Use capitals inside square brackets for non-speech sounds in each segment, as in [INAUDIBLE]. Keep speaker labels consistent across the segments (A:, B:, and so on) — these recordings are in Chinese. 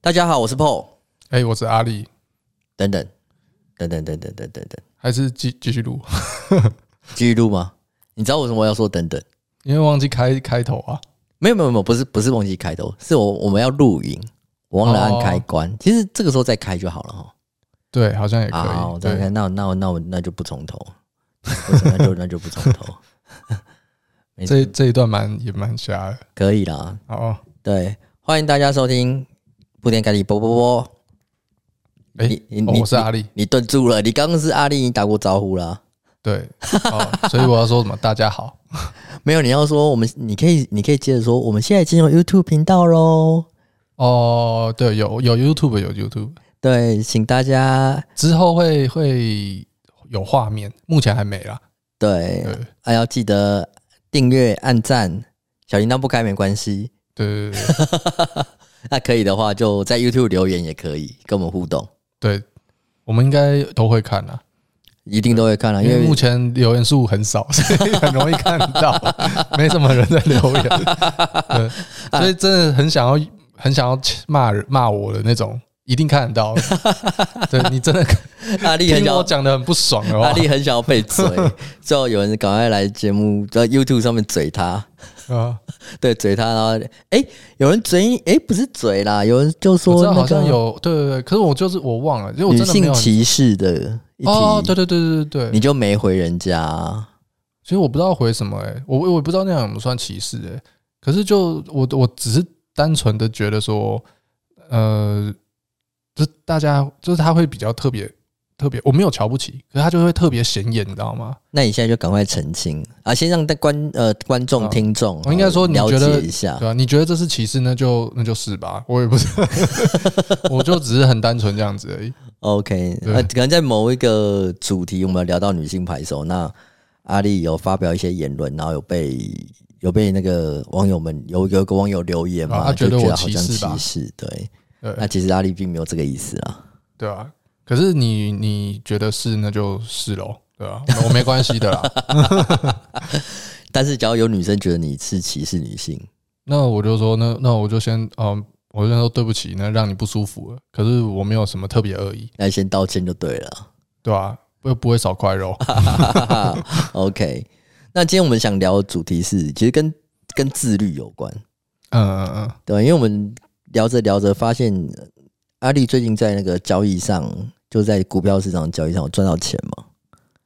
A: 大家好，我是 Paul，
B: 哎、我是阿力，
A: 等等等等等等等等等，
B: 还是继继续录，
A: 继续录吗？你知道为什么要说等等？
B: 因为忘记开开头啊。
A: 没有没有没有，不是不是忘记开头，是我我们要录影，我忘了按开关。其实这个时候再开就好了哈。
B: 对，好像哦也可
A: 好好，
B: 以。
A: 我再
B: 对，
A: 看，那我那我那我那就不从头，不是那就那就不从
B: [LAUGHS]
A: 头，没
B: 这这一段蛮也蛮瞎的。
A: 可以啦。
B: 哦，
A: 对，欢迎大家收听铺天盖地波波波。
B: 哎、
A: 你你
B: 哦
A: 你
B: 我是阿力，
A: 你顿住了，你刚刚是阿丽，你打过招呼啦？
B: 对，哦，所以我要说什么？大家好，
A: 没有，你要说我们，你可以你可以接着说，我们现在已经有 YouTube 频道喽。
B: 哦，对，有有 YouTube，有 YouTube，
A: 对，请大家
B: 之后会会有画面，目前还没啦。
A: 对
B: 对，
A: 还、要记得订阅、按赞，小铃铛不开没关系。
B: 对对对
A: 那可以的话，就在 YouTube 留言也可以跟我们互动，
B: 对，对我们应该都会看啦，
A: 一定都会看啦，
B: 因
A: 啊因
B: 为
A: 为
B: 目前留言数很少， [LAUGHS] 所以很容易看到， [LAUGHS] 没什么人在留
A: [LAUGHS]
B: 言。对，所以真的很想要，很想要骂人骂我的那种，一定看
A: [LAUGHS]
B: 得到。对你真的
A: 阿丽很
B: 嗯听我
A: 想
B: 讲的很不爽的
A: 阿
B: 话，
A: 丽很想要被
B: [LAUGHS]
A: 嘴，最后有人赶快来节目在 YouTube 上面嘴他，
B: 啊，
A: 对，嘴他，然后哎、有人嘴你，哎、不是嘴啦，有人就
B: 我
A: 说
B: 知道
A: 那
B: 好像
A: 个
B: 有，对对对，可是我就是我忘了，因为我
A: 女
B: 真的没
A: 性
B: 有
A: 歧视的一题，
B: 哦，对对对对对
A: 你
B: 对，
A: 就没回人家啊。
B: 所以我不知道回什么哎、欸我我也不知道那样有没有算歧视哎、欸可是就我我只是单纯的觉得说，呃，就是大家就是他会比较特别特别，我没有瞧不起，可是他就会特别显眼，你知道吗？
A: 那你现在就赶快澄清啊，先让大观呃观众
B: 啊
A: 听众，
B: 我应该说你
A: 了
B: 觉得
A: 解一下
B: 对，吧、你觉得这是歧视，那就那就是吧，我也不是， [LAUGHS] 我就只是很单纯这样子而已。
A: OK，
B: 对
A: 呃，可能在某一个主题，我们聊到女性排手，那阿丽有发表一些言论，然后有被有被那个网友们有有个网友留言嘛，
B: 啊他
A: 就
B: 觉得我
A: 好像
B: 歧视吧
A: 歧视，对，
B: 对
A: 那其实阿丽并没有这个意思啦。
B: 对啊，可是你你觉得是，那就是喽，对啊，我没关系的啦。
A: 但是只要有女生觉得你是歧视女性，
B: 那我就说，那那我就先，嗯，我就先说对不起，那让你不舒服了。可是我没有什么特别恶意，
A: 那先道歉就对了。 [LAUGHS]
B: 对吧、不不会少块肉，
A: 啊 OK，那今天我们想聊的主题是，其实跟跟自律有关。
B: 嗯嗯嗯，
A: 对，因为我们聊着聊着发现，呃阿丽最近在那个交易上，就在股票市场交易上有赚到钱嘛，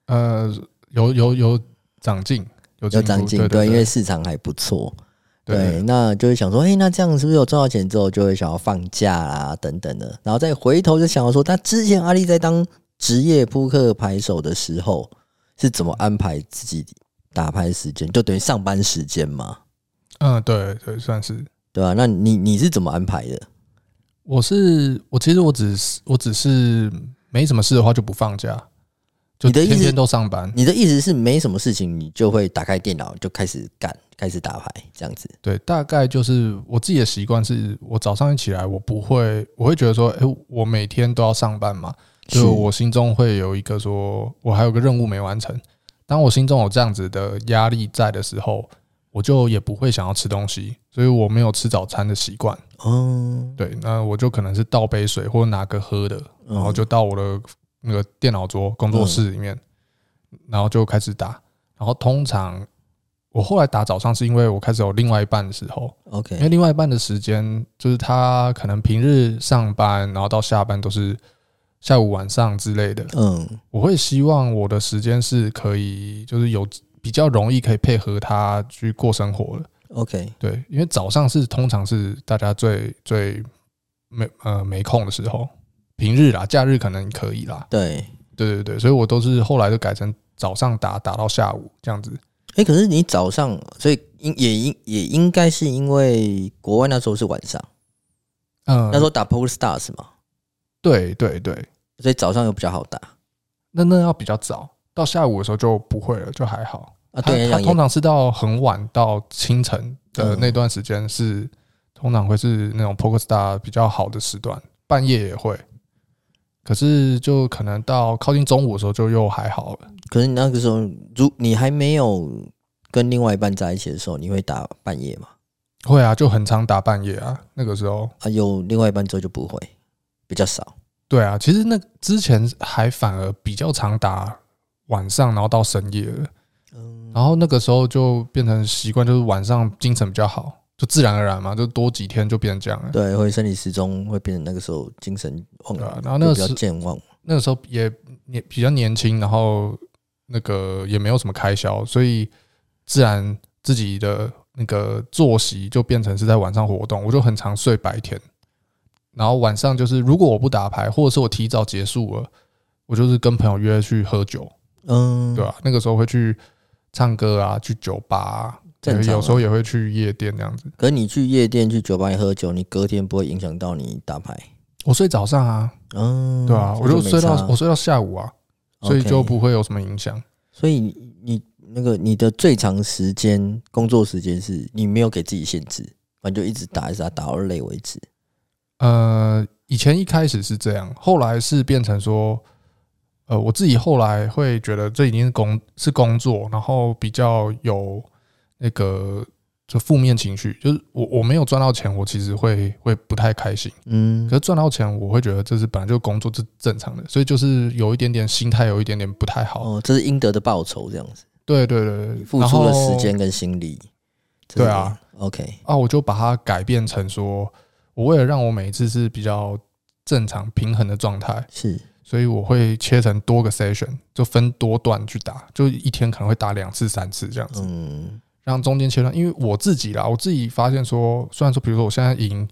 B: 呃，有有有长进，有
A: 有
B: 进步
A: 涨进，
B: 对
A: 对，
B: 对，
A: 因为市场还不错，
B: 对
A: 对，那就会想说，哎、那这样是不是有赚到钱之后，就会想要放假啊等等的，然后再回头就想要说，那之前阿丽在当职业扑克牌手的时候，是怎么安排自己打牌时间，就等于上班时间嘛，
B: 嗯对对，算是。
A: 对吧、那你你是怎么安排的？
B: 我是我其实我只是我只是没什么事的话就不放假，就
A: 你的意思
B: 天天都上班，
A: 你的意思是没什么事情，你就会打开电脑就开始干，开始打牌这样子？
B: 对，大概就是我自己的习惯是，我早上一起来，我不会，我会觉得说，哎、我每天都要上班嘛，
A: 是
B: 所以我心中会有一个说，我还有个任务没完成。当我心中有这样子的压力在的时候，我就也不会想要吃东西，所以我没有吃早餐的习惯。
A: 哦，
B: 对，那我就可能是倒杯水或拿个喝的，
A: 嗯
B: 然后就到我的那个电脑桌工作室里面，然后就开始打。然后通常我后来打早上是因为我开始有另外一半的时候，因
A: OK，
B: 为另外一半的时间就是他可能平日上班，然后到下班都是下午晚上之类的。
A: 嗯，
B: 我会希望我的时间是可以，就是有比较容易可以配合他去过生活的。
A: ，OK，
B: 对，因为早上是通常是大家最最没呃没空的时候，平日啦，假日可能可以啦。
A: 对。
B: 对对对，所以我都是后来就改成早上打打到下午这样子。
A: 哎、可是你早上，所以应也应也应该是因为国外那时候是晚上，
B: 嗯，
A: 那时候打 Poker Stars 嘛，
B: 对对对，
A: 所以早上又比较好打啊
B: 那那要比较早，到下午的时候就不会了，就还好。
A: 啊。
B: 他
A: 对嗯你来
B: 他
A: 讲也
B: 通常是到很晚到清晨的那段时间是，通常会是那种 Poker Star 比较好的时段，半夜也会。可是就可能到靠近中午的时候就又还好了。
A: 可是你那个时候，如你还没有跟另外一半在一起的时候，你会打半夜嘛？
B: 会啊，就很常打半夜啊，那个时候。
A: 啊，有另外一半之后就不会，比较少。
B: 对啊，其实那之前还反而比较常打晚上，然后到深夜了。
A: 嗯，
B: 然后那个时候就变成习惯，就是晚上精神比较好，就自然而然嘛，就多几天就变成这样了。
A: 对，会生理时钟会变成那个时候精神旺
B: 对
A: 了、
B: 啊然后那个
A: 比较
B: 时
A: 健忘。
B: 那个时候也也比较年轻，然后那个也没有什么开销，所以自然自己的那个作息就变成是在晚上活动，我就很常睡白天，然后晚上就是如果我不打牌，或者是我提早结束了，我就是跟朋友约去喝酒，
A: 嗯，
B: 对吧、啊那个时候会去唱歌啊，去酒吧、啊，
A: 正常啊
B: 有时候也会去夜店这样子。
A: 可是你去夜店、去酒吧喝酒，你隔天不会影响到你打牌。
B: 我睡早上啊，
A: 嗯，
B: 对啊，我
A: 这
B: 就
A: 没
B: 睡到
A: 差
B: 我睡到下午啊，所以就
A: OK
B: 不会有什么影响。
A: 所以你你那个你的最长时间工作时间是你没有给自己限制，反正就一直打一直打打到累为止。
B: 呃，以前一开始是这样，后来是变成说，呃，我自己后来会觉得这已经是工是工作，然后比较有那个就负面情绪，就是我我没有赚到钱，我其实会会不太开心。
A: 嗯
B: 可，是赚到钱，我会觉得这是本来就工作，这是正常的，所以就是有一点点心态，有一点点不太好。
A: 哦，这是应得的报酬，这样子，
B: 对对对对，
A: 付
B: 然
A: 出了
B: 后
A: 时间跟心力。这
B: 对
A: 是
B: 啊
A: ，OK，
B: 啊，我就把它改变成说，我为了让我每一次是比较正常平衡的状态，
A: 是
B: 所以我会切成多个 session，就分多段去打，就一天可能会打两次、三次这样子，
A: 嗯
B: 让中间切断。因为我自己啦，我自己发现说，虽然说比如说我现在赢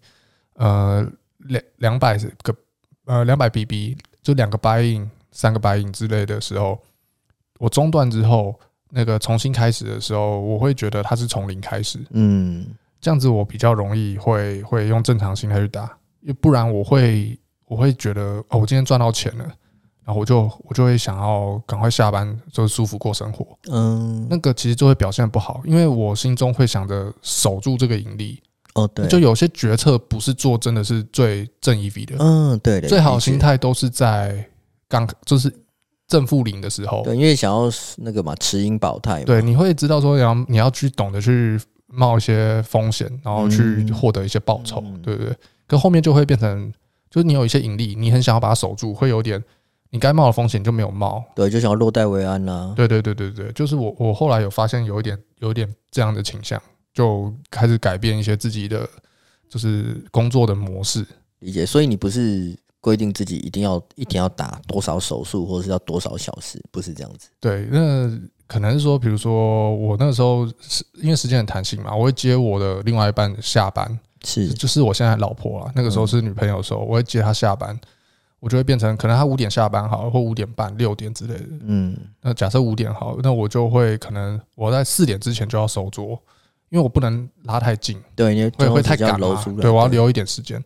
B: 呃两两百个呃两百 BB，就两个 buy in、三个 buy in 之类的时候，我中断之后。那个重新开始的时候，我会觉得它是从零开始，
A: 嗯，
B: 这样子我比较容易会会用正常心态去打，因为不然我会我会觉得哦，我今天赚到钱了，然后我就我就会想要赶快下班，就舒服过生活。
A: 嗯，
B: 那个其实就会表现不好，因为我心中会想着守住这个盈利，
A: 哦对，
B: 就有些决策不是做真的是最正 EV 的，
A: 嗯对的，
B: 最好
A: 的
B: 的
A: 确
B: 心。态都是在刚就是正负零的时候，
A: 对，因为想要那个嘛，持盈保泰嘛。
B: 对，你会知道说你要你要去懂得去冒一些风险，然后去
A: 嗯
B: 获得一些报酬，
A: 嗯
B: 对不对？可后面就会变成，就是你有一些盈利，你很想要把它守住，会有点你该冒的风险就没有冒。
A: 对，就想要落袋为安啊啦、
B: 对对对对对，就是我我后来有发现有一点有一点这样的倾向，就开始改变一些自己的就是工作的模式。
A: 理解。所以你不是规定自己一定要一天要打多少手术，或者是要多少小时，不是这样子。
B: 对，那可能是说，比如说我那个时候是因为时间很弹性嘛，我会接我的另外一半下班，
A: 是
B: 就是我现在的老婆啊，那个时候是
A: 嗯
B: 女朋友的时候，我会接她下班，我就会变成可能她五点下班好了，或五点半、六点之类的。
A: 嗯，
B: 那假设五点好了，那我就会可能我在四点之前就要收桌，因为我不能拉太近，
A: 对，你
B: 会
A: 这样
B: 会
A: 子
B: 太
A: 就要
B: 赶
A: 揉
B: 嘛
A: 出。来
B: 对，我要留一点时间，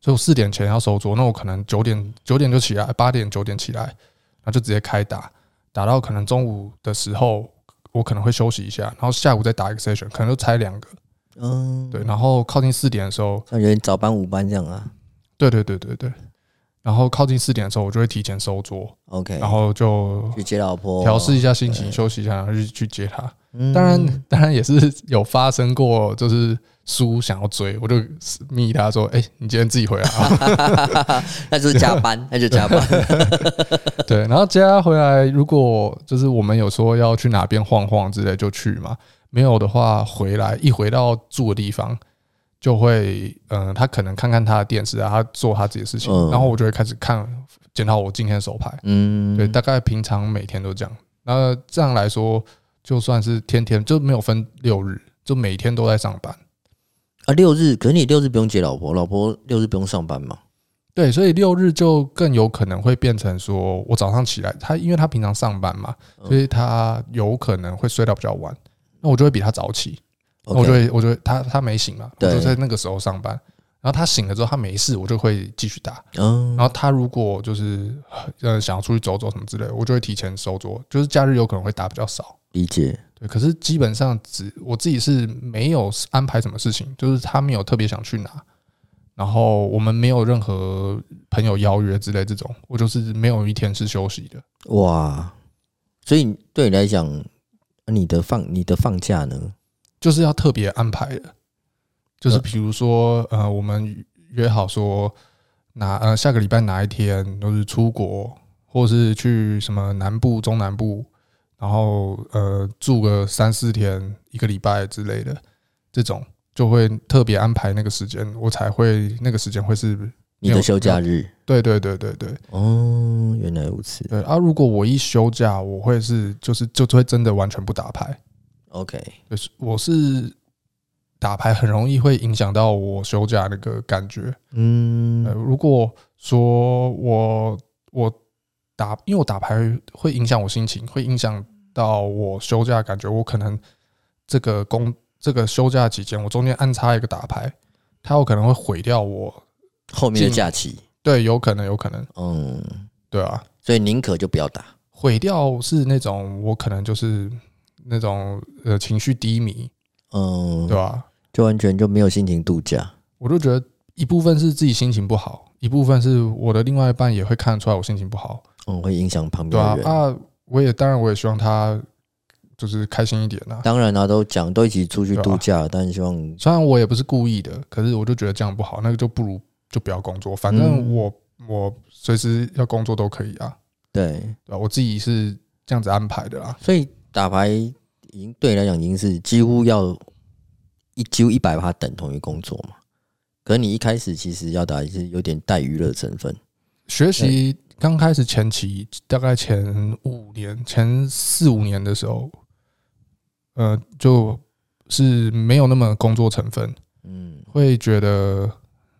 B: 所以我四点前要收桌，那我可能九点九点就起来，八点九点起来，然后就直接开打，打到可能中午的时候。我可能会休息一下，然后下午再打一个 session，可能就拆两个，
A: 嗯，
B: 对，然后靠近四点的时候，
A: 像有点早班、午班这样啊。
B: 对对对对对。然后靠近四点的时候，我就会提前收桌，
A: OK，
B: 然后就
A: 哎去接老婆
B: 调试一下心情，
A: 对
B: 休息一下，然后就去接他。
A: 嗯
B: 当然，当然也是有发生过，就是书想要追，我就密他说：“哎，你今天自己回来啊。 [LAUGHS]
A: 那就是加班，那就加班。”
B: 对，然后接他回来，如果就是我们有说要去哪边晃晃之类，就去嘛。没有的话，回来一回到住的地方，就会嗯、呃他可能看看他的电视啊，他做他自己的事情，
A: 嗯
B: 然后我就会开始看检讨我今天的手牌。
A: 嗯，
B: 对，大概平常每天都这样。那这样来说，就算是天天就没有分六日，就每天都在上班。
A: 啊，六日，可是你六日不用接老婆，老婆六日不用上班嘛？
B: 对，所以六日就更有可能会变成说，我早上起来，他因为他平常上班嘛，所以他有可能会睡到比较晚。那我就会比他早起，那
A: OK
B: 我就会，我就会他他没醒嘛，我
A: 对
B: 就在那个时候上班。然后他醒了之后，他没事，我就会继续打。
A: 嗯
B: 然后他如果就是呃想要出去走走什么之类的，我就会提前收桌，就是假日有可能会打比较少。
A: 理解，
B: 对，可是基本上只我自己是没有安排什么事情，就是他没有特别想去哪，然后我们没有任何朋友邀约之类这种，我就是没有一天是休息的。
A: 哇，所以对你来讲，啊你的放你的放假呢？
B: 就是要特别安排的，就是比如说呃，我们约好说哪呃下个礼拜哪一天都是出国，或是去什么南部、中南部，然后呃住个三四天、一个礼拜之类的，这种就会特别安排那个时间，我才会那个时间会是
A: 你的休假日
B: 对对对对对
A: 哦，原来如此。
B: 对啊！如果我一休假，我会是就是就会真的完全不打牌。
A: OK，
B: 就是我是打牌很容易会影响到我休假那个感觉。呃，
A: 嗯，
B: 如果说我我打，因为我打牌会影响我心情，会影响到我休假的感觉。我可能这个工这个休假期间，我中间安插一个打牌，它有可能会毁掉我。
A: 后面的
B: 进
A: 假期，
B: 对，有可能，有可能，
A: 嗯，
B: 对啊，
A: 所以宁可就不要打。
B: 毁掉是那种我可能就是那种呃情绪低迷，
A: 嗯，
B: 对吧、啊
A: 就完全就没有心情度假。
B: 我就觉得一部分是自己心情不好，一部分是我的另外一半也会看得出来我心情不好，
A: 嗯，会影响旁
B: 对
A: 边
B: 啊
A: 的人。
B: 啊，我也当然我也希望他就是开心一点啦、
A: 当然啦、啊都讲都一起出去
B: 对啊
A: 度假，但希望
B: 虽然我也不是故意的，可是我就觉得这样不好，那个就不如就不要工作，反正
A: 嗯
B: 我、我随时要工作都可以啊，
A: 对，
B: 对吧、我自己是这样子安排的啦，
A: 所以打牌已经对你来讲已经是几乎要一几乎一百趴等同于工作嘛。可是你一开始其实要打也是有点带娱乐成分，
B: 学习刚开始前期，大概前五年、前四五年的时候，呃，就是没有那么工作成分，
A: 嗯，
B: 会觉得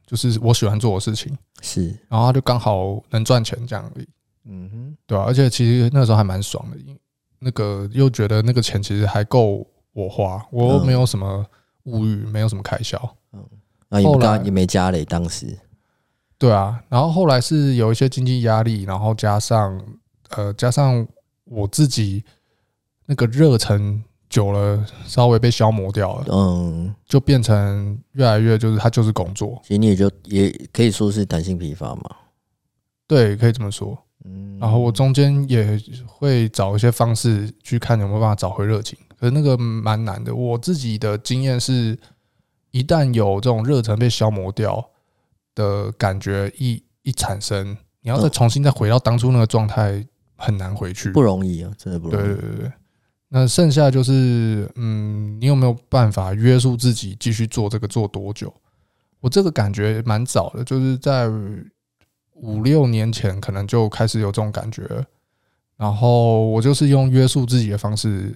B: 就是我喜欢做的事情，
A: 是，
B: 然后它就刚好能赚钱这样而已，
A: 嗯哼，
B: 对吧、而且其实那时候还蛮爽的，因那个又觉得那个钱其实还够我花，我又没有什么物欲，没有什么开销，
A: 嗯那也不
B: 后来
A: 刚也没加嘞，当时
B: 对啊，然后后来是有一些经济压力，然后加上呃，加上我自己那个热忱久了，稍微被消磨掉了，
A: 嗯，
B: 就变成越来越就是它就是工作，
A: 其实你也就也可以说是弹性疲乏嘛，
B: 对，可以这么说。
A: 嗯，
B: 然后我中间也会找一些方式去看有没有办法找回热情，可是那个蛮难的。我自己的经验是，一旦有这种热忱被消磨掉的感觉一一产生，你要再
A: 嗯
B: 重新再回到当初那个状态，很难回去。
A: 不容易啊，真的不
B: 对
A: 容
B: 对
A: 易，
B: 对对。那剩下就是，嗯，你有没有办法约束自己继续做这个做多久？我这个感觉蛮早的，就是在五六年前可能就开始有这种感觉了，然后我就是用约束自己的方式，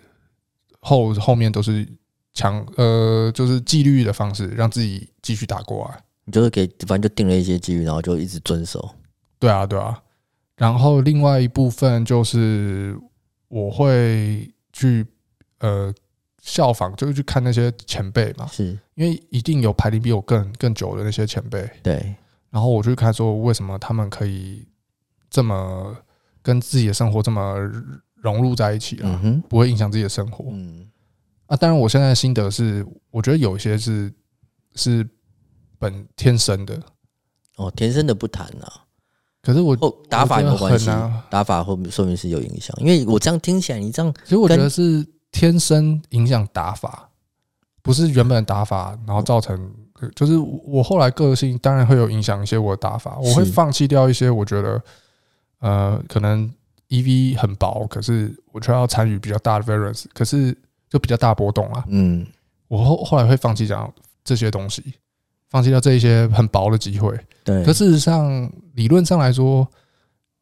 B: 后后面都是强呃，就是纪律的方式，让自己继续打过来。
A: 你就是给反正就定了一些机遇，然后就一直遵守，
B: 对啊，对啊。然后另外一部分就是我会去呃效仿，就是去看那些前辈嘛，
A: 是
B: 因为一定有排龄比我更更久的那些前辈，
A: 对，
B: 然后我就去看说为什么他们可以这么跟自己的生活这么融入在一起啊，
A: 嗯哼，
B: 不会影响自己的生活
A: 嗯，
B: 啊。当然，我现在的心得是，我觉得有一些是是本天生的，
A: 哦，天生的不谈啊。
B: 可是我
A: 后打法有没有关系
B: 我觉得很啊难？
A: 打法会不会说明是有影响，因为我这样听起来，你这样
B: 其实我觉
A: 跟
B: 得是天生影响打法，不是原本的打法，然后造成呃就是我我后来个性当然会有影响一些我的打法，我会
A: 是
B: 放弃掉一些我觉得呃可能 EV 很薄，可是我却要参与比较大的 variance，可是就比较大波动啊。
A: 嗯，
B: 我后后来会放弃讲这些东西，放弃掉这一些很薄的机会。
A: 对，
B: 可事实上，理论上来说，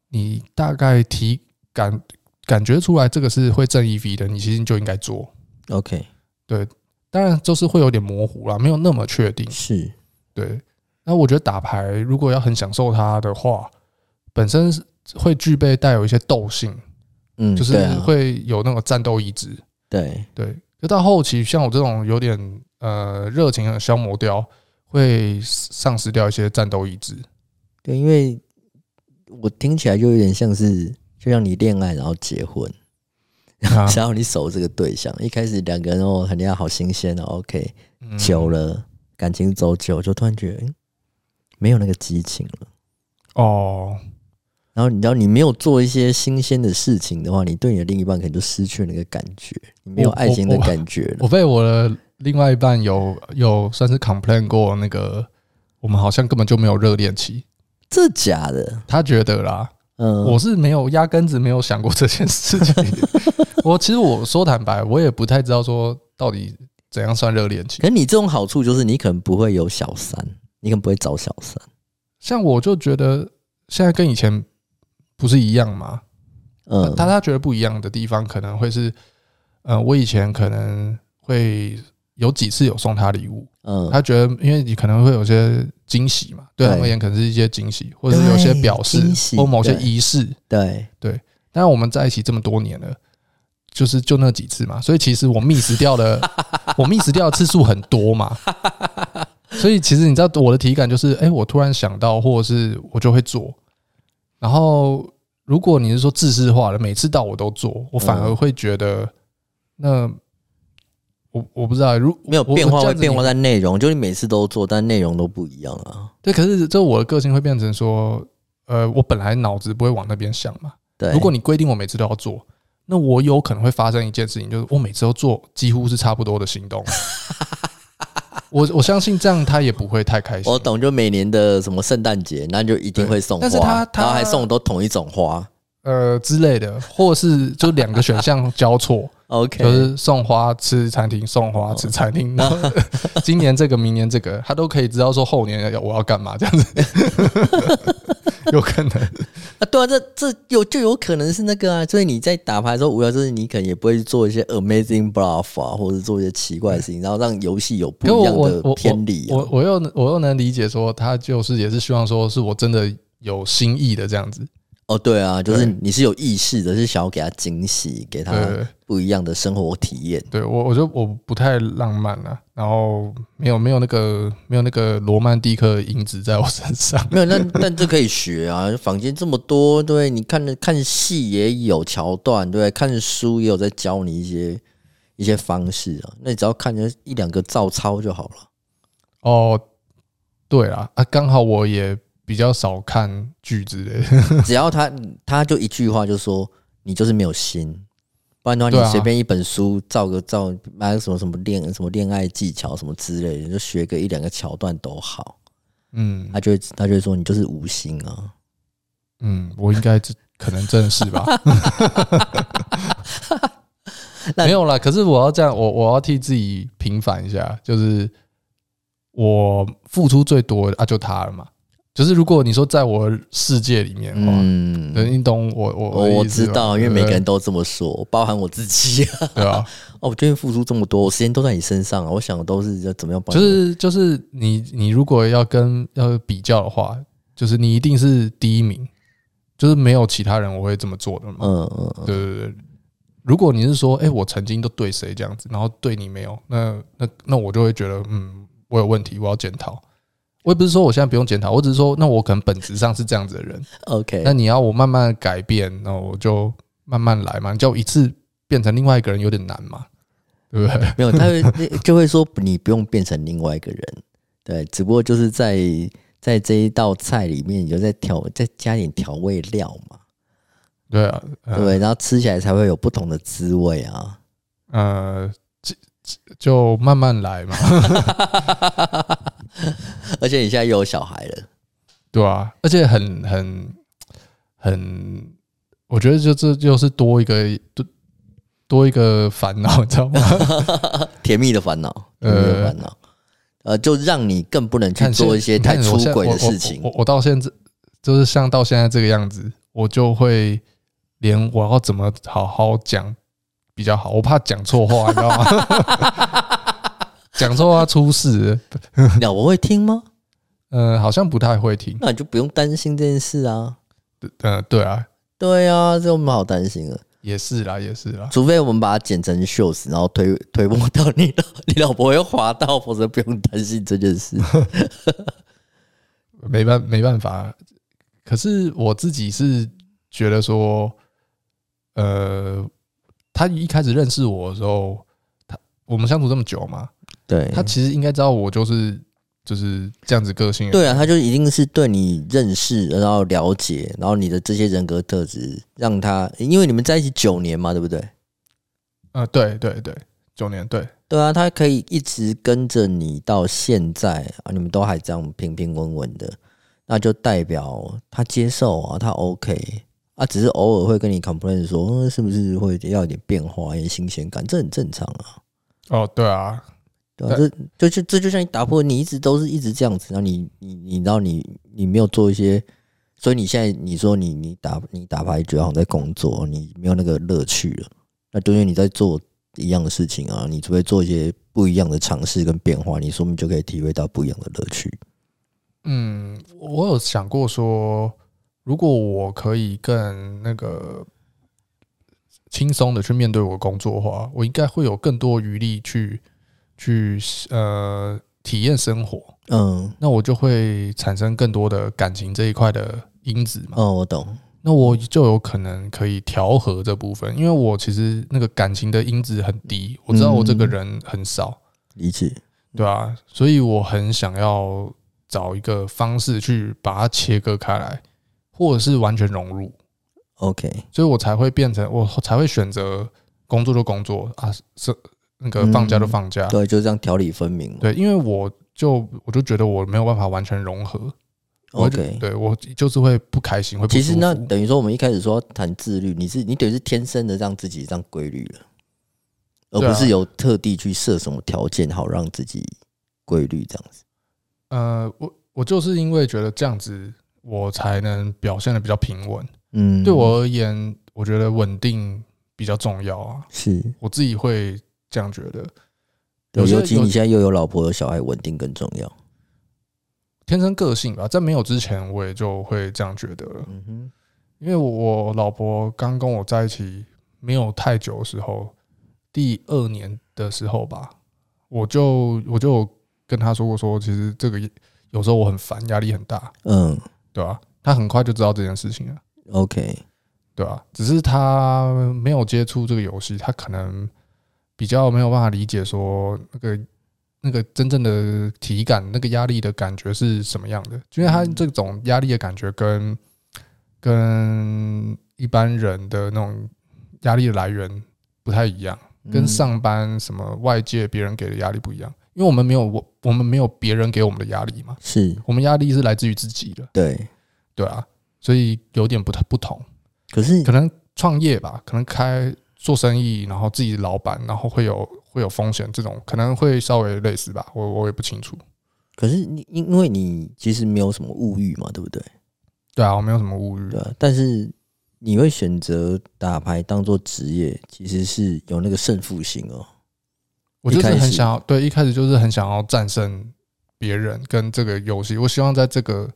B: 你大概体感感觉出来这个是会正 EV 的，你其实就应该做。
A: OK
B: 当然，就是会有点模糊啦，没有那么确定。
A: 是
B: 对，那我觉得打牌如果要很享受它的话，本身是会具备带有一些斗性，
A: 嗯，
B: 就是
A: 对啊
B: 会有那个战斗意志。
A: 对，
B: 对，就到后期，像我这种有点呃热情很消磨掉，会丧失掉一些战斗意
A: [LAUGHS]
B: 志。
A: 对，因为我听起来就有点像是，就像你恋爱然后结婚，
B: 啊
A: 然后你守这个对象，一开始两个人哦谈恋爱好新鲜哦，OK，
B: 嗯
A: 久了感情走久，就突然觉得、嗯、没有那个激情了。
B: 哦，
A: 然后你知道，你没有做一些新鲜的事情的话，你对你的另一半可能就失去那个感觉，你没有
B: 我
A: 爱情的
B: 我
A: 感觉了。
B: 我被我的另外一半有有算是 complain 过那个，我们好像根本就没有热恋期，
A: 这假的？
B: 他觉得啦，
A: 嗯，
B: 我是没有压根子没有想过这件事情。
A: [LAUGHS]
B: 我其实我说坦白，我也不太知道说到底怎样算热恋期
A: 可。是你这种好处就是你可能不会有小三，你可能不会找小三。
B: 像我就觉得现在跟以前不是一样嘛，
A: 嗯，
B: 但他觉得不一样的地方可能会是，呃，我以前可能会有几次有送他礼物，
A: 嗯，
B: 他觉得因为你可能会有些惊喜嘛，对他们而言可能是一些惊喜，或者是有些表示
A: 对惊喜
B: 或某些
A: 对
B: 仪式。
A: 对，
B: 但我们在一起这么多年了，就是就那几次嘛，所以其实我 miss
A: [LAUGHS]
B: 掉的，我 miss 掉的次数很多嘛。所以其实你知道我的体感就是，哎、我突然想到，或者是我就会做。然后如果你是说自私化的，每次到我都做，
A: 嗯
B: 我反而会觉得，那我我不知道，如
A: 没有
B: 我
A: 变化
B: 我这
A: 会
B: 样子
A: 变化
B: 你
A: 在内容，就是你每次都做，但内容都不一样啊。
B: 对，可是这我的个性会变成说，呃，我本来脑子不会往那边想嘛。
A: 对，
B: 如果你规定我每次都要做，那我有可能会发生一件事情，就是我每次都做几乎是差不多的
A: [LAUGHS]
B: 行动。我我相信这样他也不会太开心。
A: 我懂，就每年的什么圣诞节，那就一定会送花，
B: 对但是他他
A: 然后还送都同一种花。
B: 呃之类的，或是就两个选项交错，
A: [LAUGHS] OK，哦
B: 就是送花吃餐厅，送花吃餐厅。然后
A: [LAUGHS]
B: 今年这个，明年这个，他都可以知道说后年要我要干嘛这
A: [LAUGHS]
B: 样子，有可能。
A: 啊，对啊，这这有就有可能是那个啊，所以你在打牌的时候无聊，就是你可能也不会做一些 amazing bluff 啊，或者做一些奇怪的事情，然后让游戏有不
B: 可
A: 一
B: 我
A: 样
B: 我
A: 的
B: 我
A: 偏离、啊
B: 我。我又能我又能理解说，他就是也是希望说是我真的有心意的这样子。
A: 哦，对啊，就是
B: 对
A: 你是有意识的，是想要给他惊喜，给他
B: 对
A: 不一样的生活体验。
B: 对我我就我不太浪漫了、然后没有没有那个没有那个罗曼蒂克因子在我身上。
A: 没有，那但这可以学啊，坊间这么多，对，你看的看戏也有桥段，对，看书也有在教你一些一些方式啊。那你只要看着一两个照抄就好了。
B: [LAUGHS] 哦，对啊啊，刚好我也比较少看剧之类的。
A: 只要他他就一句话就说你就是没有心，不然的话
B: 对啊
A: 你随便一本书照个照，买个什么什么恋什么恋爱技巧什么之类的，你就学个一两个桥段都好，
B: 嗯
A: 他就会他就会说你就是无心啊。
B: 嗯，我应该这可能真的是
A: [LAUGHS]
B: 吧。
A: 那
B: 没有啦，可是我要这样，我我要替自己平反一下，就是我付出最多的啊，就他了嘛。就是如果你说在我世界里面的话，
A: 嗯，
B: 对，你懂我我
A: 我
B: 的
A: 我
B: 意思
A: 知
B: 吧
A: 道，因为
B: 对不
A: 每个
B: 对
A: 人都这么说，包含我自己。[LAUGHS]
B: 对啊，
A: 哦，我最近付出这么多，我时间都在你身上啊，我想都是要怎么样帮
B: 就
A: 你？
B: 是就是你你如果要跟要比较的话，就是你一定是第一名，就是没有其他人我会这么做的嘛。
A: 嗯嗯嗯，
B: 对对对。如果你是说，哎、我曾经都对谁这样子，然后对你没有，那那那我就会觉得，嗯，我有问题，我要检讨。我也不是说我现在不用检讨，我只是说，那我可能本质上是这样子的人。
A: ，OK，
B: 那你要我慢慢地改变，那我就慢慢来嘛。你叫我一次变成另外一个人有点难嘛，对不对？ [LAUGHS]
A: 没有，他会就会说你不用变成另外一个人，对，只不过就是在在这一道菜里面，你就再调再加点调味料嘛，
B: 对啊，呃
A: 对不对，然后吃起来才会有不同的滋味啊。
B: 呃，这这就慢慢来嘛，
A: 而且你现在又有小孩了，
B: 对吧、啊？而且很很很，我觉得就这就是多一个多多一个烦恼， [LAUGHS] 你
A: [LAUGHS]
B: 知道吗？
A: 甜蜜的烦恼，
B: 呃
A: 甜蜜的烦恼，呃，就让你更不能去
B: 看现
A: 做一些
B: 你
A: 太
B: 看
A: 出
B: 我现在
A: 轨的
B: 我我
A: 事情
B: 我。我我到现在就是像到现在这个样子，我就会连我要怎么好好讲比较好，我怕讲错话，你知道吗？
A: [LAUGHS]
B: 讲错话出事，
A: 那我会听吗？
B: 呃，好像不太会听，
A: 那你就不用担心这件事啊。
B: 呃，对啊，
A: 对啊，这有什么好担心的？
B: 也是啦，也是啦，
A: 除非我们把它剪成 shorts，然后推推播到你的你老婆会滑到，否则不用担心这件事。
B: 没办没办法。可是我自己是觉得说，呃，他一开始认识我的时候，他我们相处这么久嘛，
A: 对，
B: 他其实应该知道我就是就是这样子个性的人。
A: 对啊，他就一定是对你认识，然后了解，然后你的这些人格特质，让他因为你们在一起九年嘛，对不对？
B: 呃，对对对，九年对，
A: 对啊，他可以一直跟着你到现在啊，你们都还这样平平稳稳的，那就代表他接受啊，他 OK 啊，只是偶尔会跟你 complain 说，嗯是不是会要有点变化，一点新鲜感，这很正常啊。
B: 哦，对啊，
A: 对啊，这就就这就像你打破，你一直都是一直这样子，然后你你你知道你你没有做一些，所以你现在你说你你打你打牌觉得好像在工作，你没有那个乐趣了，那就因为你在做一样的事情啊，你除非做一些不一样的尝试跟变化，你说明就可以体会到不一样的乐趣。
B: 嗯，我有想过说，如果我可以更那个轻松的去面对我的工作的话，我应该会有更多余力去去呃体验生活，
A: 嗯，
B: 那我就会产生更多的感情这一块的因子嘛。
A: 哦，我懂，
B: 那我就有可能可以调和这部分，因为我其实那个感情的因子很低，我知道我这个人很少，
A: 理解。
B: 对啊，所以我很想要找一个方式去把它切割开来，或者是完全融入，
A: OK，
B: 所以我才会变成我才会选择工作就工作啊，是那个放假就放假，
A: 嗯对，就这样条理分明嘛。
B: 啊对，因为我就我就觉得我没有办法完全融合我就
A: OK，
B: 对我就是会不开心，会不
A: 其实那
B: 舒服
A: 等于说我们一开始说谈自律，你是你等于是天生的让自己这样规律了，而
B: 对啊
A: 不是由特地去设什么条件好让自己规律这样子。
B: 呃，我我就是因为觉得这样子，我才能表现的比较平稳。
A: 嗯，
B: 对我而言，我觉得稳定比较重要啊，
A: 是，
B: 我自己会这样觉得。
A: 对
B: 有些
A: 尤其
B: 有
A: 你现在又有老婆有小孩，稳定更重要。
B: 天生个性吧，在没有之前，我也就会这样觉得了。
A: 嗯哼，
B: 因为我老婆刚跟我在一起没有太久的时候，第二年的时候吧，我就我就有跟她说过说，其实这个有时候我很烦，压力很大，
A: 嗯
B: 对吧、她很快就知道这件事情了。
A: ，OK，
B: 对啊，只是他没有接触这个游戏，他可能比较没有办法理解说那个那个真正的体感、那个压力的感觉是什么样的，因为他这种压力的感觉跟跟一般人的那种压力的来源不太一样，跟
A: 嗯
B: 上班什么外界别人给的压力不一样，因为我们没有我我们没有别人给我们的压力嘛，
A: 是
B: 我们压力是来自于自己的，
A: 对。
B: 对啊，所以有点不太不同。
A: 可是
B: 可能创业吧，可能开做生意，然后自己老板，然后会有会有风险，这种可能会稍微类似吧，我我也不清楚。
A: 可是你因因为你其实没有什么物欲嘛，对不对？
B: 对啊，我没有什么物欲
A: 对。啊，但是你会选择打牌当做职业，其实是有那个胜负心哦。
B: 我就是
A: 一开
B: 很
A: 始
B: 想要，对，一开始就是很想要战胜别人跟这个游戏。我希望在这个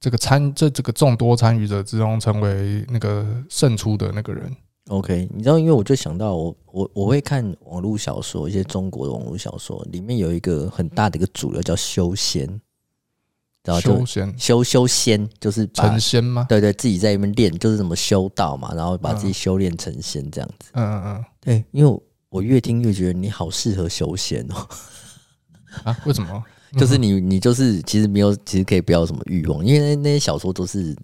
B: 这个参这这个众多参与者之中，成为那个胜出的那个人。
A: OK，你知道，因为我就想到我我我会看网络小说，一些中国的网络小说里面有一个很大的一个主流叫修仙，然后啊就
B: 修仙
A: 修修仙，就是把
B: 成仙吗？
A: 对对自己在那边练，就是怎么修道嘛，然后把自己
B: 嗯
A: 修炼成仙这样子。
B: 嗯嗯
A: 对，因为我我越听越觉得你好适合修仙哦。 [LAUGHS]
B: 嗯啊，为什么？
A: 就是
B: 嗯
A: 你你就是其实没有，其实可以不要有什么欲望，因为那那些小说都是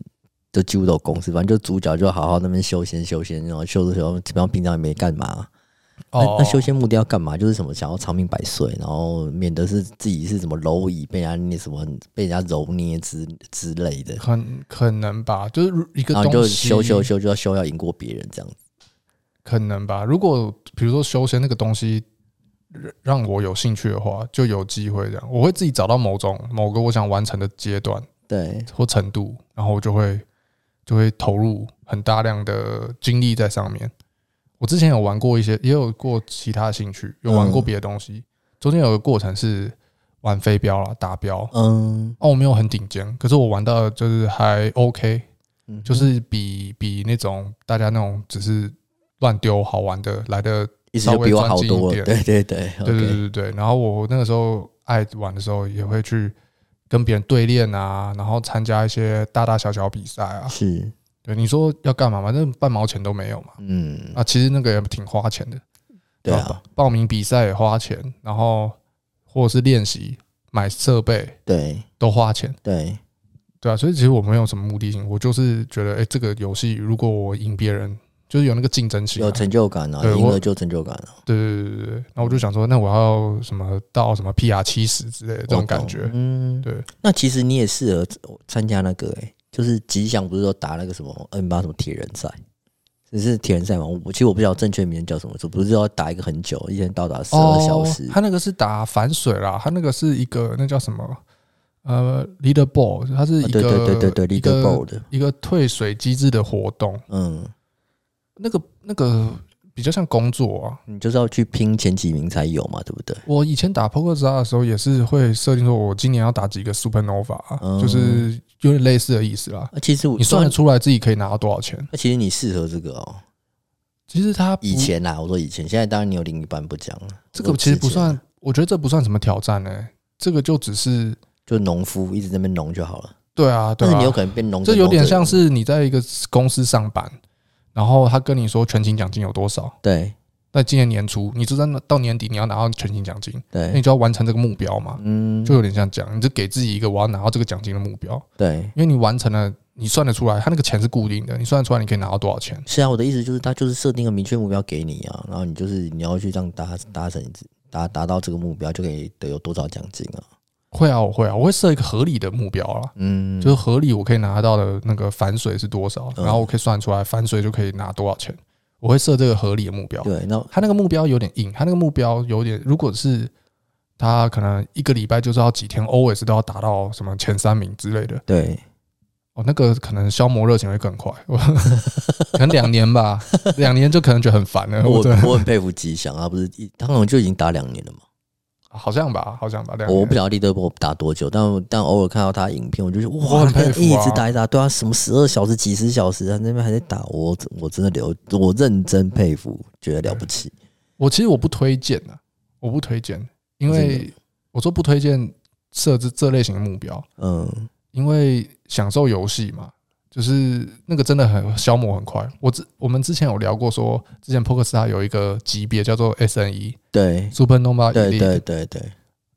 A: 都几乎都有公式，反正就主角就好好那边修仙修仙，然后修着修着，然后平常也没干嘛。那
B: 哦
A: 那，修仙目的要干嘛？就是什么想要长命百岁，然后免得是自己是什么蝼蚁被人家那什么被人家揉捏之之类的，
B: 可可能吧，就是如一个
A: 然后
B: 东
A: 你就
B: 西
A: 修修修就要修要赢过别人这样子。
B: 可能吧。如果比如说修仙那个东西让让我有兴趣的话，就有机会这样。我会自己找到某种某个我想完成的阶段
A: 对，
B: 或程度，然后我就会就会投入很大量的精力在上面。我之前有玩过一些，也有过其他兴趣，有玩过
A: 嗯
B: 别的东西。中间有个过程是玩飞镖啦，打镖。
A: 嗯，
B: 哦，我没有很顶尖，可是我玩到就是还 OK，
A: 嗯
B: 就是比比那种大家那种只是乱丢好玩的来的
A: 意思就
B: 稍微
A: 比我
B: 专
A: 好
B: 精一
A: 多了。
B: 点
A: 对对对
B: 对对
A: ，OK，
B: 对对。然后我那个时候爱玩的时候，也会去跟别人对练啊，然后参加一些大大小小比赛啊。
A: 是，
B: 对，你说要干嘛嘛？反正半毛钱都没有嘛。
A: 嗯，
B: 啊，其实那个也挺花钱的。
A: 对
B: 然后
A: 啊，
B: 报名比赛也花钱，然后或者是练习、买设备
A: 对
B: 都花钱。
A: 对，
B: 对啊，所以其实我没有什么目的性，我就是觉得，哎、这个游戏如果我赢别人，就是有那个竞争性啊、
A: 有成就感啊，
B: 对
A: 赢了
B: 我
A: 就有成就感了、
B: 对对对对对。那我就想说，那我要什么到什么 PR 七十之类的这
A: 我懂
B: 种感觉，
A: 嗯，
B: 对。
A: 那其实你也适合参加那个、欸，就是吉祥不是说打那个什么 N 八什么铁人赛，只是铁人赛嘛？我其实我不知道正确名称叫什么，只不是要打一个很久，一天到达十二小时
B: 哦。。他那个是打反水啦，他那个是一个那叫什么？呃，leader ball，它是
A: 啊
B: 一
A: 对
B: 个、
A: 对对对对
B: 一
A: ，leader
B: 个
A: ball 的，
B: 一个呃退水机制的活动，
A: 嗯，
B: 那个那个比较像工作啊。
A: 你就是要去拼前几名才有嘛，对不对？
B: 我以前打 Poker Star 的时候也是会设定说，我今年要打几个 Supernova，、啊
A: 嗯
B: 就是有点类似的意思啦。
A: 啊，其实我啊
B: 你算得出来自己可以拿到多少钱？
A: 那其实你适合这个哦。
B: 其实它不
A: 以前啦，我说以前，现在当然你有另一半不讲了。
B: 这个其实不
A: 我之
B: 算
A: 前，
B: 我觉得这不算什么挑战呢、欸这个就只是
A: 就农夫一直在那边农就好了，
B: 对啊，对
A: 但是
B: 啊
A: 你有，可能变农，
B: 这有点像是你在一个公司上班，然后他跟你说全勤奖金有多少，
A: 对
B: 那今年年初你知道到年底你要拿到全勤奖金，那
A: 对
B: 你，就要完成这个目标嘛，
A: 嗯，
B: 就有点像讲，你就给自己一个我要拿到这个奖金的目标，
A: 对。
B: 因为你完成了，你算得出来，他那个钱是固定的，你算得出来你可以拿到多少钱。
A: 是啊，我的意思就是，他就是设定个明确目标给你啊，然后你就是你要去这样达达成达达到这个目标，就可以得有多少奖金啊？
B: 会啊，我会啊，我会设一个合理的目标啊啦，
A: 嗯，
B: 就是合理我可以拿到的那个反水是多少，
A: 嗯
B: 然后我可以算出来反水就可以拿多少钱。我会设这个合理的目标。
A: 对，那
B: 他那个目标有点硬，他那个目标有点，如果是他可能一个礼拜就是要几天，always 都要达到什么前三名之类的，
A: 对，
B: 哦，那个可能消磨热情会更快， [LAUGHS] 我可能两年吧，两年就可能觉得很烦
A: 我
B: 了。呃我真的
A: 我很佩服吉祥啊，不是一，他好像就已经打两年了嘛。
B: 好像吧，好像吧，两年
A: 我不晓得利德波打多久，但但偶尔看到他影片，我就觉得
B: 我
A: 哇，
B: 很
A: 他
B: 佩服啊
A: 一直打一直打，对啊，什么十二小时、几十小时，他那边还在打，我我真的流，我认真佩服，觉得了不起。
B: 我其实我不推荐的，我不推荐，因
A: 为什
B: 为我说不推荐设置这类型的目标，
A: 嗯，
B: 因为享受游戏嘛，就是那个真的很消磨很快。我之我们之前有聊过说，之前 Poker Star 有一个级别叫做 SNE
A: 对，
B: Supernova
A: 对
B: Elite，
A: 对对对，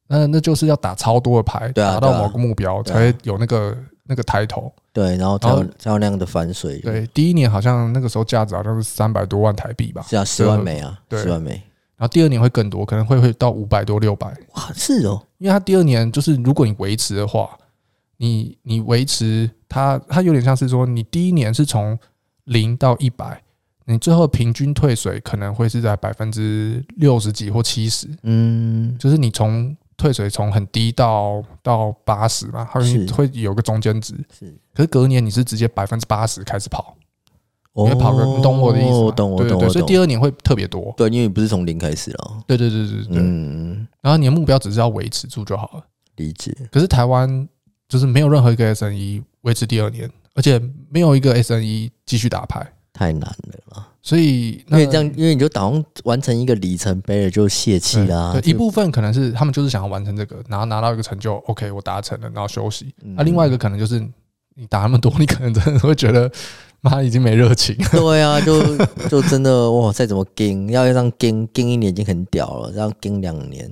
B: 那那就是要打超多的牌，
A: 对啊
B: 打到
A: 对啊
B: 某个目标
A: 对
B: 才
A: 啊
B: 会有那个那个抬头。
A: 对，然后才有
B: 然
A: 才有那样的反水，，
B: 对，第一年好像那个时候价值好像是三百多万台币吧，
A: 是啊，十万美啊，
B: 对
A: 十万美，
B: 然后第二年会更多，可能会会到五百多六百。
A: 哇，是哦，
B: 因为它第二年就是如果你维持的话，你你维持它，它有点像是说你第一年是从零到一百，你最后平均退水可能会是在百分之六十几或七十，
A: 嗯，
B: 就是你从退水从很低到到八十嘛，它会
A: 是
B: 会有个中间值。
A: 是，
B: 可是隔年你是直接百分之八十开始跑，
A: 哦
B: 你会跑个，你懂我的意思吗？
A: 我懂，我
B: 对对
A: 懂，
B: 对
A: 我
B: 所以第
A: 懂，
B: 二年会特别多。
A: 对，因为你不是从零开始了，
B: 对对对对对，
A: 嗯，
B: 然后你的目标只是要维持住就好了。
A: 理解，
B: 可是台湾就是没有任何一个 SNE 维持第二年，而且没有一个 SNE 继续打牌，
A: 太难了啦，
B: 所以
A: 因
B: 那
A: 为这样，因为你就打算完成一个里程碑了，啊就泄气
B: 对
A: 啦
B: 对，一部分可能是他们就是想要完成这个，然后拿到一个成就，OK，我达成了，然后休息。那、
A: 嗯
B: 啊另外一个可能就是你打那么多，你可能真的会觉得妈已经没
A: [LAUGHS]
B: 热情。 [LAUGHS]
A: 对啊，就就真的哇，再怎么跟，要让跟跟一年已经很屌了，让跟两年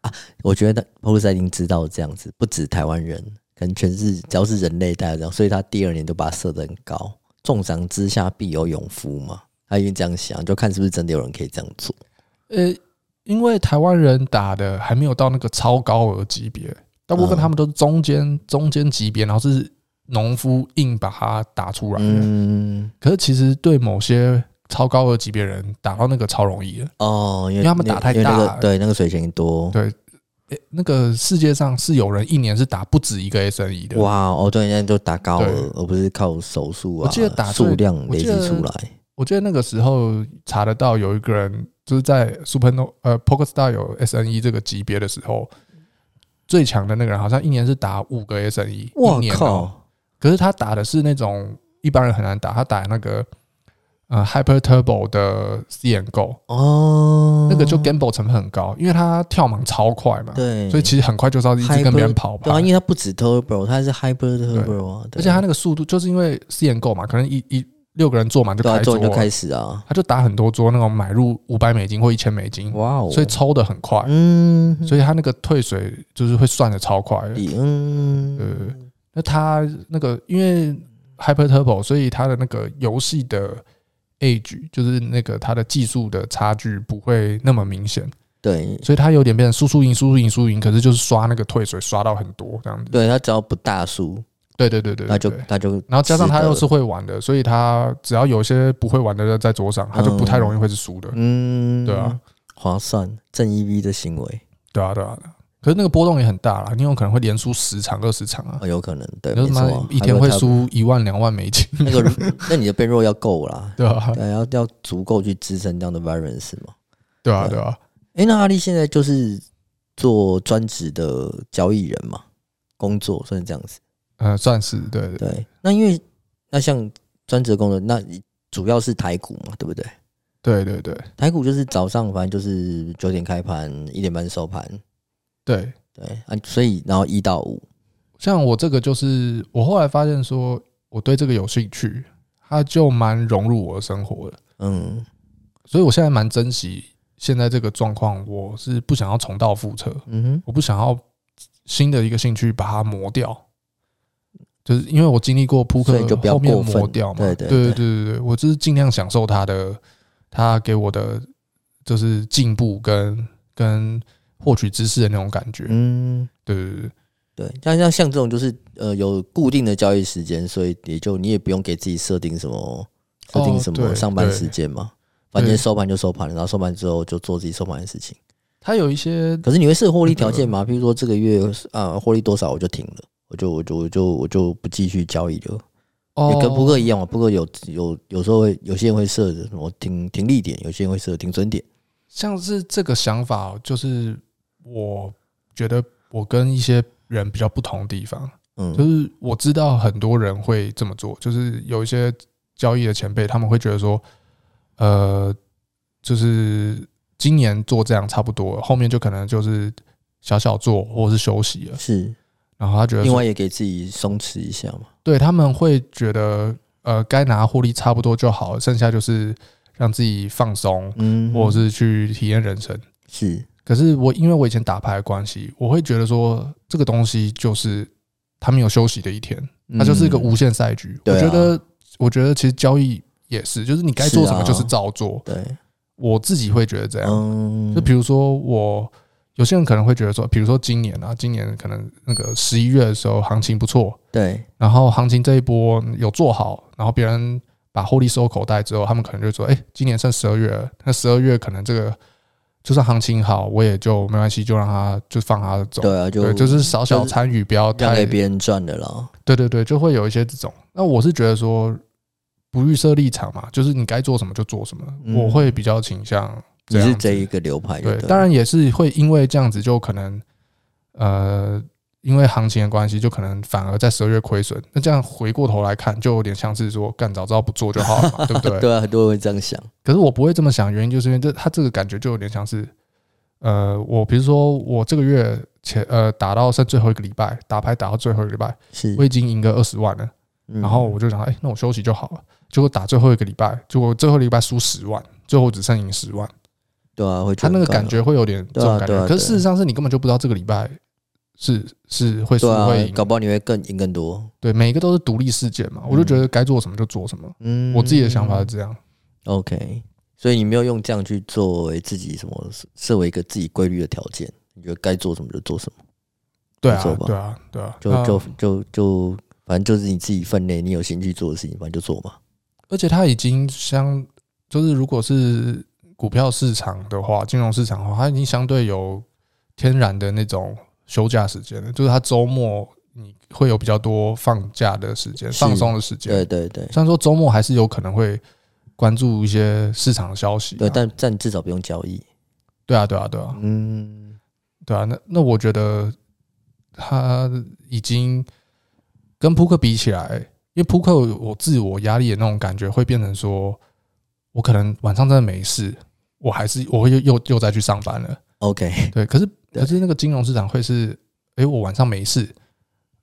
A: 啊，我觉得普鲁塞已经知道这样子，不止台湾人，可能全是只要是人类大家这样，所以他第二年就把它设得很高，重赏之下必有勇夫嘛，他已经这样想，就看是不是真的有人可以这样做。
B: 呃，因为台湾人打的还没有到那个超高额级别，大部
A: 嗯
B: 分他们都是中间中间级别，然后是农夫硬把它打出来的。
A: 嗯，
B: 可是其实对某些超高额级别人打到那个超容易的，
A: 哦，因为
B: 因为他们打太
A: 因为那
B: 大
A: 个
B: 了
A: 对那个水钱多。
B: 对，诶那个世界上是有人一年是打不止一个 SNE 的，
A: 哇哦，对，人家都打高
B: 对
A: 额，而不是靠手速啊，
B: 我记得打最
A: 数量
B: 我
A: 累
B: 记
A: 积
B: 得
A: 出来。
B: 我记得那个时候查得到有一个人就是在 Super No 呃 Poker Star 有 SNE 这个级别的时候，最强的那个人好像一年是打五个 SNE，
A: 哇
B: 一年哦
A: 靠！
B: 可是他打的是那种一般人很难打，他打那个呃 Hyper Turbo 的 C N Go，
A: 哦，
B: 那个就 gamble 成本很高，因为他跳盲超快嘛，
A: 对，
B: 所以其实很快就是要一直跟别人跑
A: 嗯对啊，
B: 吧
A: 因。为它不止 turbo，它是 hyper turbo 啊，对
B: 而且他那个速度，就是因为四眼够嘛，可能一一六个人坐满就
A: 对啊，
B: 开
A: 做
B: 桌
A: 你就
B: 了，
A: 开始啊，
B: 他就打很多桌，那种买入五百美金或一千美金，
A: 哇哦，
B: 嗯所以抽的很快，
A: 嗯，
B: 所以他那个退水就是会算的超快的。呃
A: 以嗯，
B: 对，那他那个因为 Hyper Turbo，所以他的那个游戏的 age，就是那个他的技术的差距不会那么明显，
A: 对
B: 所以他有点变成输输赢输输赢输输赢，可是就是刷那个退水刷到很多这样子。
A: 对，他只要不大输，
B: 对对对对，
A: 那就
B: 对
A: 那就
B: 然后加上他
A: 值得
B: 又是会玩的，所以他只要有些不会玩的在桌上，他就不太容易会是输的。
A: 嗯，
B: 对啊，
A: 划算正义 V 的行为，
B: 对啊，对啊，对啊可是那个波动也很大啦，你有可能会连输十场、二十场啊，
A: 哦有可能对，
B: 你就
A: 没
B: 他
A: 错啊
B: 妈，一天
A: 还
B: 会
A: 有他
B: 输一万、两万
A: [LAUGHS]
B: 美金，
A: 那
B: [LAUGHS]
A: 个，那你的变弱要够啦，
B: 对啊，
A: 对，要要足够去支撑这样的 variance 嘛。
B: 对啊，对啊，
A: 诶，那阿力现在就是做专职的交易人嘛，工作算是这样子。
B: 呃，算是对对对
A: 对，那因为那像专职的工作，那主要是台股嘛，对不对？
B: 对对对
A: 台股就是早上反正就是九点开盘，一点半收盘，
B: 对。
A: 对啊，所以然后一到五，
B: 像我这个就是，我后来发现说我对这个有兴趣，它就蛮融入我的生活的，
A: 嗯
B: 所以我现在蛮珍惜现在这个状况，我是不想要重蹈覆辙，
A: 嗯哼，
B: 我不想要新的一个兴趣把它磨掉，就是因为我经历过扑克
A: 所以就不要
B: 后面
A: 过分
B: 磨掉嘛，
A: 对对
B: 对
A: 对
B: 对对对，我就是尽量享受它的，它给我的就是进步跟跟获取知识的那种感觉，
A: 嗯，
B: 对对对
A: 对，像像像这种就是呃有固定的交易时间，所以也就你也不用给自己设定什么设定
B: 哦
A: 什么
B: 对
A: 上班
B: 对
A: 时间嘛，反正
B: 对
A: 收盘就收盘，然后收盘之后就做自己收盘的事情。
B: 它有一些
A: 可是你会设获利条件
B: [LAUGHS]
A: 吗？比如说这个月啊获利多少我就停了，我就我就我就我就不继续交易了。
B: 哦
A: 也跟扑克一样嘛，扑克有有有时候会有些人会设什么停停利点，有些人会设停损点。
B: 像是这个想法，就是我觉得我跟一些人比较不同的地方，就
A: 嗯
B: 是我知道很多人会这么做，就是有一些交易的前辈，他们会觉得说，呃，就是今年做这样差不多了，后面就可能就是小小做或是休息了，
A: 是，
B: 然后他觉得
A: 另
B: 说，
A: 外也给自己松弛一下嘛。
B: 对他们会觉得，呃，该拿获利差不多就好了，剩下就是让自己放松，
A: 嗯，
B: 或者是去体验人生。
A: 是
B: 可是我因为我以前打牌的关系，我会觉得说这个东西就是他们有休息的一天，它就是一个
A: 嗯
B: 无限赛局。
A: 对
B: 我
A: 啊
B: 觉得，我觉得其实交易也是，就是你该做什么
A: 是啊
B: 就是照做。
A: 对，
B: 我自己会觉得这样，
A: 嗯
B: 啊就比如说我。有些人可能会觉得说，比如说今年啊，今年可能那个十一月的时候行情不错，
A: 对，
B: 然后行情这一波有做好，然后别人把获利收口袋之后，他们可能就说：“哎、今年剩十二月了，那十二月可能这个就算行情好，我也就没关系，就让他就放他走。
A: 对啊，就
B: 对，就是少小
A: 就是
B: 参与，不要
A: 让
B: 太
A: 给别人赚的啦。
B: 对对对，就会有一些这种。那我是觉得说不预设立场嘛，就是你该做什么就做什么，
A: 嗯
B: 我会比较倾向
A: 你
B: 样
A: 是
B: 子
A: 这一个流派就
B: 对
A: 对，了，
B: 当然也是会因为这样子，就可能呃，因为行情的关系，就可能反而在十二月亏损。那这样回过头来看，就有点像是说，干早知道不做就好了嘛，对不
A: [LAUGHS]
B: 对？
A: 对啊，很多人会这样想。
B: 可是我不会这么想，原因就是因为这他这个感觉就有点像是，呃，我比如说我这个月前呃打到剩最后一个礼拜，打牌打到最后一个礼拜，
A: 是
B: 我，已经赢个二十万了，
A: 嗯
B: 然后我就想，哎、那我休息就好了。结果打最后一个礼拜，结果最后一个礼拜输十万，最后只剩赢十万。
A: 对啊，会觉
B: 他
A: 得
B: 那个
A: 很干
B: 感觉会有点这
A: 对
B: 种
A: 啊
B: 感
A: 对啊
B: 觉，可
A: 对
B: 是事实上是你根本就不知道这个礼拜是是会输
A: 对啊
B: 会，赢，
A: 搞不好你会更赢更多。
B: 对，每一个都是独立事件嘛，我就觉得该做什么就做什么，
A: 嗯，
B: 我自己的想法是这样，
A: OK，所以你没有用这样去作为自己什么设为一个自己规律的条件，你觉得该做什么就做什么，
B: 对
A: 没错
B: 啊
A: 吧，
B: 对啊，对啊，
A: 就
B: 那
A: 就就就反正就是你自己分内，你有兴趣做的事情，反正就做嘛。
B: 而且它已经相就是如果是股票市场的话，金融市场的话，它已经相对有天然的那种休假时间了，就是它周末你会有比较多放假的时间、
A: 是
B: 放松的时间，
A: 对对对
B: 虽然说周末还是有可能会关注一些市场的消息啊、
A: 对，但但至少不用交易。
B: 对啊，对啊，对啊，
A: 嗯，
B: 对啊。那那我觉得他已经跟扑克比起来，因为扑克我自我压力的那种感觉会变成说，我可能晚上真的没事，我还是我会又又又再去上班了。
A: OK，
B: 对，可是
A: 对
B: 可是那个金融市场会是，诶，我晚上没事，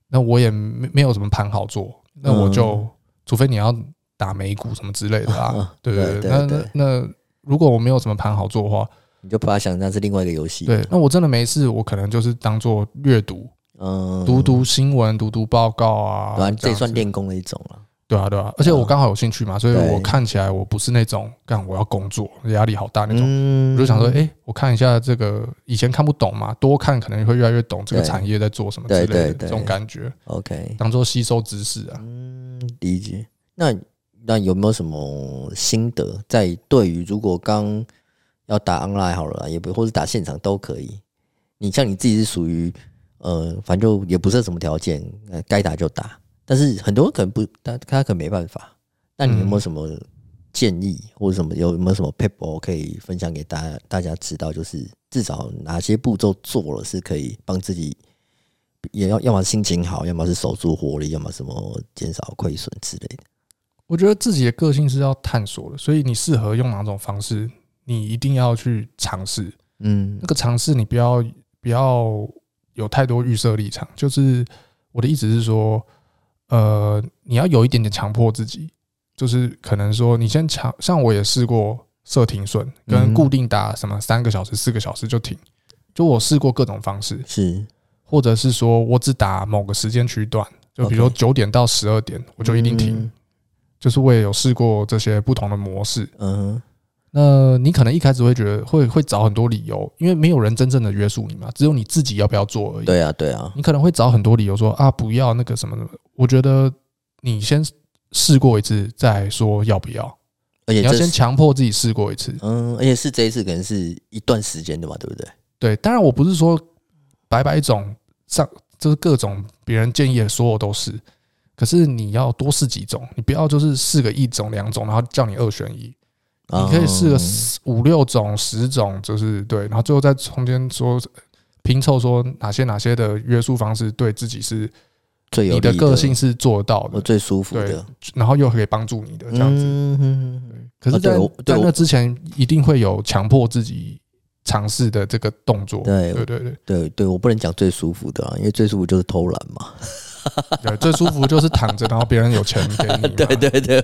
B: 那我也没没有什么盘好做，那我就、
A: 嗯
B: 除非你要打美股什么之类的
A: [LAUGHS]
B: 啊
A: 啊，
B: [LAUGHS] 对对
A: 对
B: 对，
A: 对
B: 那
A: 对嗯
B: 那那如果我没有什么盘好做的话，
A: 你就把它想象是另外一个游戏。
B: 对，那我真的没事，我可能就是当做阅读，
A: 嗯，
B: 读读新闻，读读报告啊，
A: 对啊，
B: 这
A: 这也
B: 样
A: 算
B: 子
A: 练功的一种了。
B: 对啊，对啊，而且我刚好有兴趣嘛，所以
A: 对
B: 我看起来我不是那种干我要工作压力好大那种，
A: 嗯
B: 我就想说，哎、我看一下这个以前看不懂嘛，多看可能会越来越懂这个
A: 对
B: 产业在做什么之类的
A: 对对对
B: 这种感觉，
A: ，OK，
B: 当做吸收知识啊。
A: 嗯，理解。那那有没有什么心得在对于如果刚要打 online 好了啦，也不或者打现场都可以。你像你自己是属于呃，反正就也不设什么条件，呃该打就打。但是很多人可能不，他他可能没办法。那你有没有什么建议、或者什么有有没有什么 p a p e 可以分享给大家大家知道？就是至少哪些步骤做了是可以帮自己也要要么心情好，要么是守住活力，要么什么减少亏损之类的。
B: 我觉得自己的个性是要探索的，所以你适合用哪种方式，你一定要去尝试。
A: 嗯
B: 那个尝试你不要不要有太多预设立场，就是我的意思是说，呃，你要有一点点强迫自己，就是可能说你先强，像我也试过设停损，
A: 嗯
B: 跟固定打什么三个小时、四个小时就停，就我试过各种方式，
A: 是
B: 或者是说我只打某个时间区段，就比如说九点到十二点，我就一定
A: 嗯
B: 停，就是我也有试过这些不同的模式，
A: 嗯。嗯
B: 那你可能一开始会觉得会会找很多理由，因为没有人真正的约束你嘛，只有你自己要不要做而已。
A: 对啊，对啊，
B: 你可能会找很多理由说啊，不要那个什么什么。我觉得你先试过一次再说要不要，
A: 而且
B: 你要
A: 这
B: 先
A: 是
B: 强迫自己试过一次。
A: 嗯，而且是这一次可能是一段时间的嘛，对不对？
B: 对，当然我不是说百百种上就是各种别人建议的所有都是，可是你要多试几种，你不要就是试个一种两种，然后叫你二选一。你可以试个
A: 哦
B: 四五六种、十种，就是对，然后最后在中间说拼凑说哪些哪些的约束方式对自己是
A: 最有
B: 你
A: 利
B: 的个性是做得到
A: 我
B: 的，
A: 最舒服
B: 对
A: 的，
B: 然后又可以帮助你的这样子。
A: 嗯哼哼
B: 可是
A: 啊对
B: 在，在
A: 我对我
B: 那之前一定会有强迫自己尝试的这个动作。
A: 对
B: 对对对
A: 对对，我不能讲最舒服的啊，因为最舒服就是偷懒嘛。
B: 对，最舒服就是躺着，然后别人有钱给你嘛。
A: [LAUGHS] 对对对，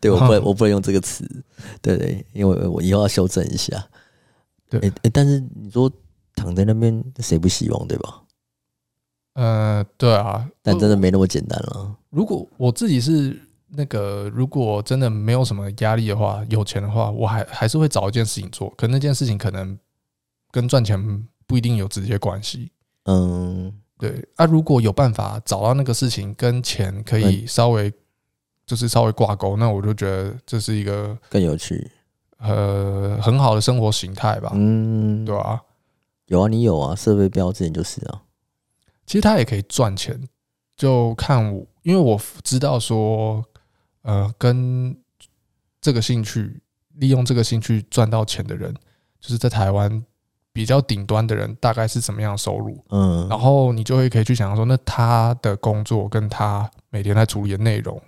A: 对我
B: [LAUGHS]
A: 不能我不能用这个词，对对，因为我以后要修正一下。
B: 对
A: 诶诶但是你说躺在那边，谁不希望对吧？
B: 呃，对啊，
A: 但真的没那么简单了。
B: 如果我自己是那个，如果真的没有什么压力的话，有钱的话，我还还是会找一件事情做。可那件事情可能跟赚钱不一定有直接关系。
A: 嗯，
B: 对啊，如果有办法找到那个事情跟钱可以稍微就是稍微挂钩，那我就觉得这是一个
A: 更有趣。
B: 呃很好的生活形态吧，
A: 嗯，
B: 对啊？
A: 有啊，你有啊，设备标之前就是啊。
B: 其实它也可以赚钱，就看我，因为我知道说，呃，跟这个兴趣利用这个兴趣赚到钱的人，就是在台湾比较顶端的人，大概是什么样的收入，
A: 嗯，
B: 然后你就会可以去想象说，那他的工作跟他每天在处理的内容，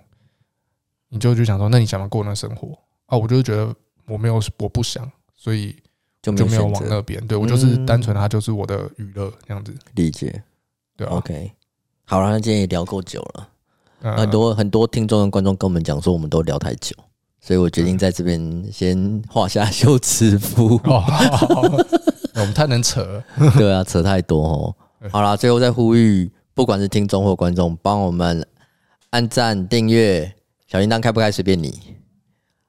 B: 你就去想说，那你想不想过那生活啊？我就是觉得我没有，我不想，所以
A: 就没
B: 就
A: 有
B: 没有
A: 选
B: 往
A: 择
B: 那边。对我就是
A: 嗯
B: 单纯，它就是我的娱乐这样子，
A: 理解。
B: 对啊。
A: OK，好了，那今天也聊够久了。
B: 嗯
A: 很多很多听众跟观众跟我们讲说，我们都聊太久，所以我决定在这边先画下休止
B: [LAUGHS]
A: 符。
B: 哦，好好好我们太能扯了。
A: 对啊，扯太多哦。好啦，最后再呼吁，不管是听众或观众，帮我们按赞、订阅，小铃铛开不开随便你。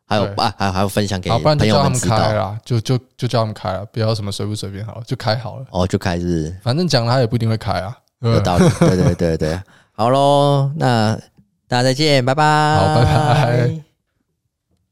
A: 还有
B: 对
A: 啊，还有还有分享给
B: 好，不然就
A: 朋
B: 叫
A: 友
B: 他
A: 们
B: 们
A: 知
B: 开
A: 道
B: 啦，就就就叫他们开了，不要什么随不随便好了，就开好了。
A: 哦，就开始
B: 反正讲了他也不一定会开啊。对
A: 有
B: 不对
A: 道理。对对对对，好喽，那大家再见，拜拜。
B: 好拜拜。